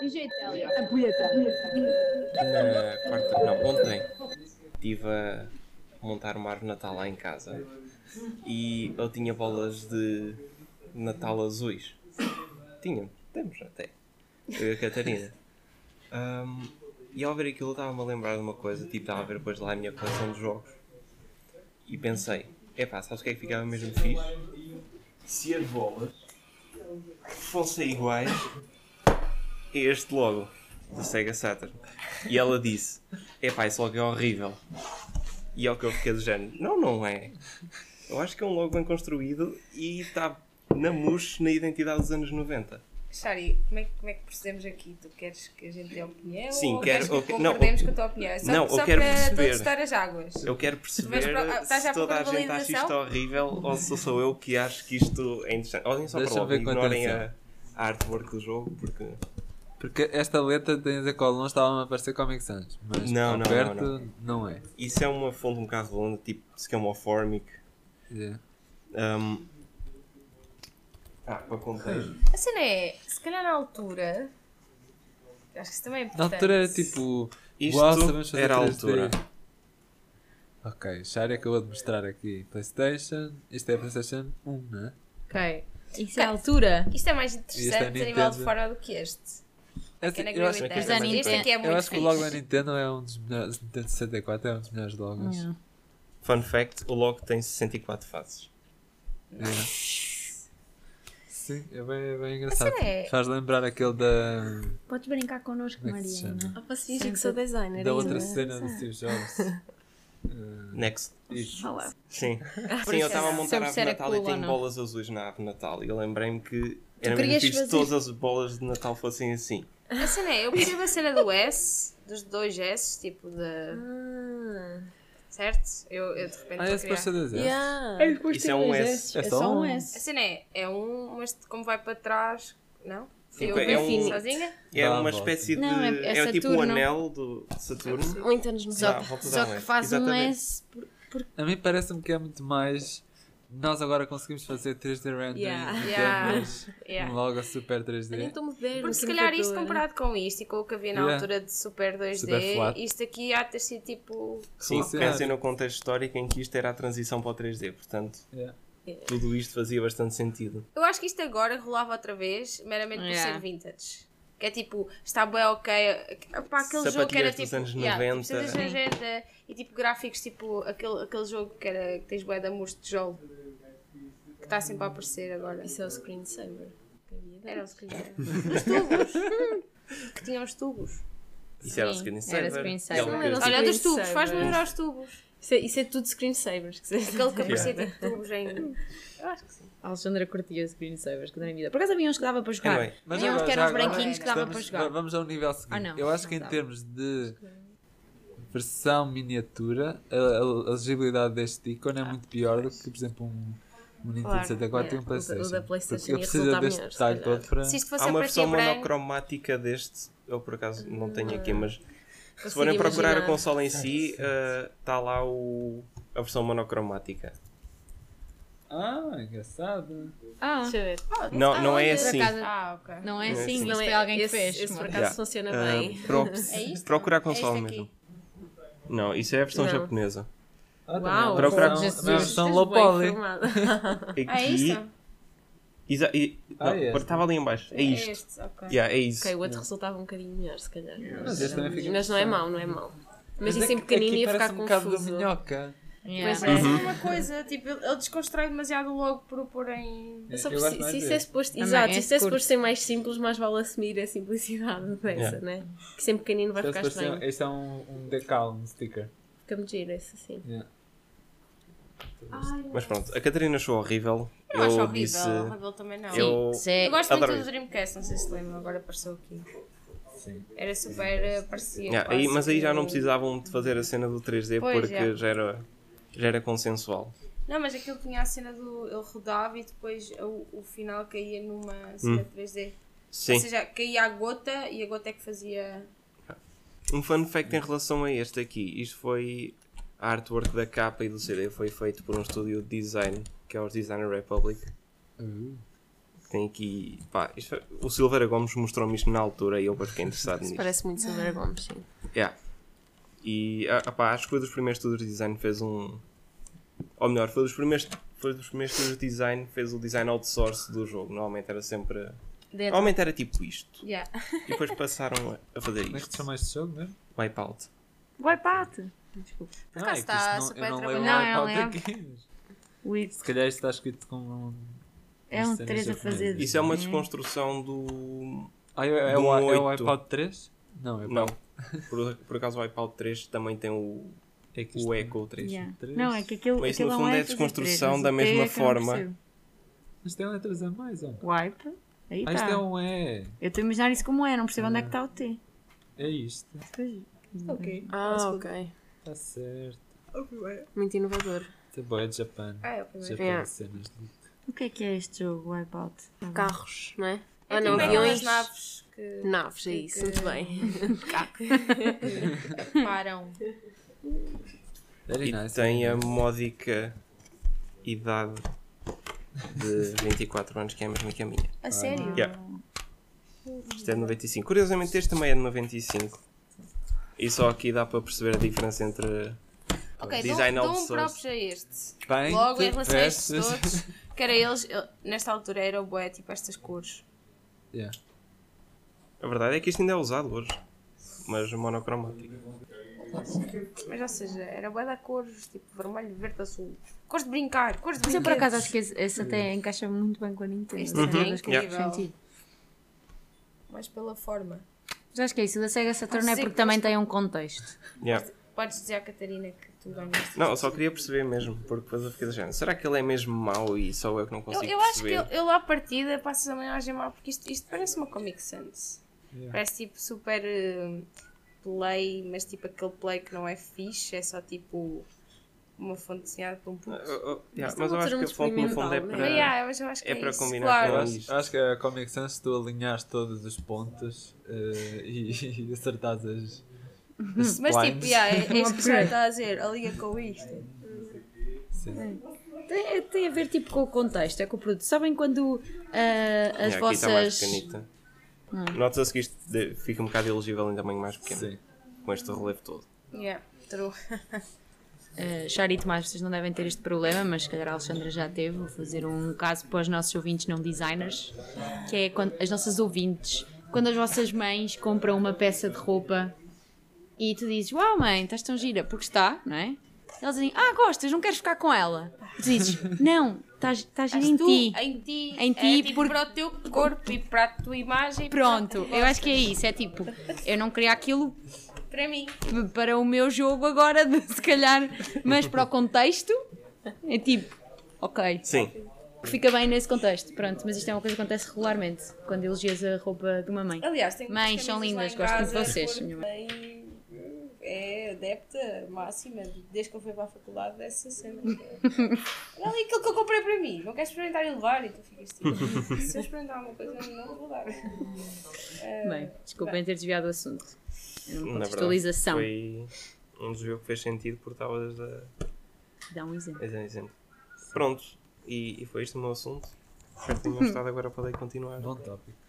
Digita, Elia. A punheta. Na quarta, não, ontem estive a montar uma árvore de Natal lá em casa e eu tinha bolas de Natal azuis. Tinha, temos até. Eu e a Catarina. Ahm, e ao ver aquilo estava-me a lembrar de uma coisa, tipo, estava a ver depois lá a minha coleção de jogos e pensei, epá, sabes o que é que ficava mesmo fixe? Se as bolas fossem iguais a este logo da Sega Saturn. E ela disse, epá, esse logo é horrível. E é o que eu fiquei do género, não, não é. Eu acho que é um logo bem construído e está na mousse na identidade dos anos 90. Shari, como é, que- como é que procedemos aqui? Tu queres que a gente dê opinião? Sim, ou quero- queres eu que que- não, concordemos eu- com a tua opinião? É Só, não, eu só quero para perceber. testar as águas. Eu quero Mas perceber pro- estás se à toda a procura de gente acha isto validação? horrível ou se sou eu que acho que isto é interessante. Olhem só Deixa para eu logo, ver é com ignorem a, atenção. a artwork do jogo, porque... Porque esta letra tem a dizer que ao longe estava a parecer Comic Sans, mas Não, ao não, perto não, não é. Isso é uma fonte um bocado redonda, tipo Scamoformic. É. Um... Ah, para contexto. A cena é, se calhar na altura. Acho que isso também é Na importante. altura era tipo. Isto uau, sabemos fazer era a 3D. altura. Ok, Shari acabou de mostrar aqui PlayStation. Isto é a PlayStation 1, não é? Ok. Isso é a altura. Isto é mais Isto é interessante, animal de Nintendo. fora do que este. É Can assim, agree eu acho, que with that. este é muito Este aqui é muito eu acho que o logo da fixe. Nintendo é um dos melhores. Nintendo 64 é um dos melhores logos. Yeah. Fun fact, o logo tem 64 faces. É. Sim, é bem, é bem cena engraçado. é- Faz lembrar aquele da. Podes brincar connosco, Como é que se Mariana. Ah, posso fingir que sou designer. da ainda. outra cena do Steve Jobs. Next. Ah Isso. Olá. Sim. Sim, eu estava a montar a Sobre árvore de se era Natal é. cool e ou tenho não. bolas azuis na árvore de Natal. E eu lembrei-me que era mesmo querias fixe se fazer- todas as bolas de Natal fossem assim. A cena é, eu percebo a cena do S, dos dois S, tipo de. Ah, Certo? Eu, eu de repente. Ah, estou a esse parece criar. das yeah. Isso é um S. É só um S. A cena é, é um, mas como vai para trás. Não? Sim, eu é vejo um- sozinha? É Dá a uma volta. espécie de. Não, é- é é tipo um Saturno. anel do Saturno. Ou então nos Dá Só a mudamos. volta Só da que lente. faz um Exatamente. S. A mim parece-me que é muito mais. Nós agora conseguimos fazer 3D rendering Yeah. e Yeah. temos Yeah. um logo super Eu nem 3D. estou moderno. Porque se calhar isto significador. comparado com isto e com o que havia na Yeah. altura de Super 2D, Super flat. isto aqui há de ter sido tipo. Sim, Sim, pensem senhor. no contexto histórico em que isto era a transição para o 3D, portanto, Yeah. É. tudo isto fazia bastante sentido. Eu acho que isto agora rolava outra vez, meramente por Yeah. ser vintage. Que é tipo, está bem ok. Pá, aquele jogo que era Sapatilhas dos tipo. anos né? yeah, 90. tipo, cenas dos anos 90 e tipo gráficos, tipo aquele, aquele jogo que, era, que tens bué de amor de tijolo. Que está sempre a aparecer agora. Isso é o screensaver. Que havia antes. Era o screensaver. Os tubos. que tinham os tubos. Isso era o Sim, screensaver. era screensaver. e alguma Não era coisa. assim. Olha, dos tubos, Screensaver. faz-me lembrar os tubos. Isso é, isso é tudo screensavers. Que se- Aquele que aparecia tipo tubos em. Eu acho que sim. A Alexandra curtia screensavers quando era vida. Por acaso havia uns que dava para jogar. Anyway, Mas Tinha uns agora- já que eram os agora branquinhos que dava para estamos- jogar. Vamos ao nível seguinte. Ah, não, Eu acho não que em dava. termos de versão miniatura, a, a- a legibilidade deste ícone é muito pior do que, por exemplo, um, um Nintendo Claro, 64 e Ah, yeah. um O da- o da PlayStation. PlayStation Porque ele ia precisa resultar deste melhor, se detalhe calhar. todo para. Se isto fosse há a uma preto e versão branco. monocromática deste, eu por acaso não tenho aqui, mas se Consigo forem procurar a Ah. imaginar. consola em si, eh, está lá o, a versão monocromática. Ah, engraçado. Ah, Deixa eu ver. Oh, Não, não é por assim. acaso- Ah, ok. não é assim. assim. Isso foi alguém que esse, fez. Esse por mano. acaso Yeah. funciona Ah, bem. pro- É isto? Procurar a consola este mesmo. aqui. Não, isso é a versão Não. japonesa. Ah, Uau, Ah, Procurar- é versão Estás low bem poly. informada. Aqui. Ah, é isto? exa- e- Ah, não, é este. Estava ali em baixo. É isto. este, ok. Yeah, é isso. ok, o outro resultava um bocadinho melhor, se calhar. Mas este também fica Mas não é interessante. mau, não é mau. Mas isso em pequenino ia um ficar confuso. minhoca. Yeah. Pois é. Parece uma coisa, tipo, ele ele desconstrói demasiado logo por o pôr em. Eu só Eu gosto preciso, mais se isso deste. é suposto, Também, exato, esse se isso é curto. suposto ser mais simples, mais vale assumir a simplicidade dessa, Yeah. né? Que sempre pequenino vai ficar estranho. Este é um, um decal, um sticker. Fica me giro esse assim. Mas pronto, a Catarina achou horrível. Eu acho horrível, disse. Ah, tá horrível também não. Eu- Isso é- Eu gosto muito Adoro do Dreamcast, não sei se lembram, agora apareceu aqui. Sim. Era super, eh, parecia. Yeah, aí- quase mas aí já não que- precisavam de fazer a cena do 3D Pois, porque é. já, era, já era consensual. Não, mas aquilo tinha a cena do. Ele rodava e depois o, o final caía numa cena 3D. Hum. Sim. Ou seja, caía a gota e a gota é que fazia. Um fun fact em relação a este aqui. Isto foi. A artwork da capa e Uhum. do CD foi feito por um estúdio de design que é os Designer Republic. tem aqui. Pá, isto é- o Silveira Gomes mostrou-me isto na altura e eu depois fiquei interessado Isso nisto. parece muito Silveira Gomes, sim. Yeah. E ah, ah, pá, acho que foi dos primeiros estudos de design que fez um. Ou melhor, foi dos primeiros. Foi dos primeiros estudos de design que fez o design outsource do jogo. Normalmente era sempre. Dentro. Normalmente era tipo isto. Yeah. E depois passaram a- a fazer Como é que te isto. chama este jogo mesmo? Wipeout. Wipeout. Desculpa. Por acaso está super trabalhado. Não, é um Se calhar isto está escrito como um. É um cena três a japonesa. fazer. Isso é uma desconstrução do. Ah, é, é, De um o, é o oito. iPod 3? Não, é o Não. iPod Por, por acaso o iPod 3 também tem o, é que isto- o Echo 3. Yeah. Três. Não, é que aquele. Mas isso, no fundo, aquele um é fazer três, desconstrução mas o da T mesma é que eu não forma. percebo. Mas tem letras a mais, Tá. ó. Wipe. Aí Ah, isto é está. um E. Eu estou a imaginar isso como é, não percebo onde é que está o T. É isto. Ok. Ah, ok. Está certo. Muito inovador. Tá bom, é de Japão. Ah, é o primeiro. Japão É. de cenas. de- O que é que é este jogo, Wipeout? Carros, não é? É Ah, não, tipo aquelas aviões. naves que Naves, é que- isso, muito bem. param. Very E nice. tem a módica idade de 24 anos, que é a mesma que a minha. A sério? Yeah. Isto é de 95. Curiosamente, este também é de 95. E só aqui dá para perceber a diferença entre. Ok, Design dou, dou um outsourced. próprio a este. Bem, Logo, te em relação a estes peças. todos, que era eles, eu- nesta altura era o bué, tipo estas cores. Yeah. A verdade é que isto ainda é usado hoje, mas monocromático. Mas, ou seja, era bué da cores, tipo vermelho, verde, azul. Cores de brincar, cores de Mas eu brincar. por acaso acho que esse, esse até encaixa muito bem com a Nintendo. Este Essa também é das coisas que incrível. faz sentido. Mas pela forma. Mas acho que é isso, da Sega Saturn é Sim, porque também tem um contexto. Yeah. Podes dizer à Catarina que tu ganhaste. Não, eu só queria perceber mesmo, porque depois eu fiquei da género. Será que ele é mesmo mau e só eu que não Eu, consigo eu acho que perceber? ele, ele à partida passas a homenagem mal, porque isto, isto parece uma Comic Sans. Yeah. Parece tipo super eh, play, mas tipo aquele play que não é fixe, é só tipo uma fonte desenhada por um puto. Eu- eu- yeah, mas eu Isto é uma acho que altura a fonte no muito fundo é experimental, para. Mas, yeah, mas eu acho que é é, para isso, combinar claro. Eu com- acho, acho que a Comic Sans tu alinhares todos os pontos eh, e, e acertares as. as Mas tipo, splines. yeah, é, é isso que já está a dizer, a liga com isto. Sim. Tem, tem a ver tipo com o contexto, é com o produto. Sabem quando ah, as Yeah, aqui está mais vossas. pequenita. Nota-se que isto de- fica um bocado elegível em tamanho mais pequeno, Sim. com este relevo todo. Yeah, true. Uh, Charito mais, vocês não devem ter este problema, mas se calhar a Alexandra já teve. Vou fazer um caso para os nossos ouvintes não designers, que é quando as nossas ouvintes, quando as vossas mães compram uma peça de roupa e tu dizes, uau mãe, estás tão gira, porque está, não é? Elas dizem, ah, gostas, não queres ficar com ela? E tu dizes, não, estás estás gira em tu, ti. Em ti. Em é ti, tipo porque- para o teu corpo e para a tua imagem. Pronto, eu acho que é isso, é tipo, eu não queria aquilo Para mim. para o meu jogo agora, de, se calhar, mas para o contexto, é tipo, ok. Sim, que fica bem nesse contexto. Pronto, mas isto é uma coisa que acontece regularmente quando elogias a roupa de uma mãe. Aliás, tenho Mães, muitas são camisas lá lindas, em gosto muito de casa, vocês, porque minha É adepta máxima, desde que eu fui para a faculdade, dessa cena. Olha ali aquilo que eu comprei para mim, não quero experimentar e levar, e tu ficas tipo, se eu experimentar alguma coisa, não vou levar. eh, Bem, desculpem ter desviado o assunto. Era uma na verdade. contextualização. Foi um desvio que fez sentido por estavas a Dá um exemplo. a dar exemplo. Pronto, e, e foi este o meu assunto. Espero que tenham gostado. Agora podem continuar. Bom tópico.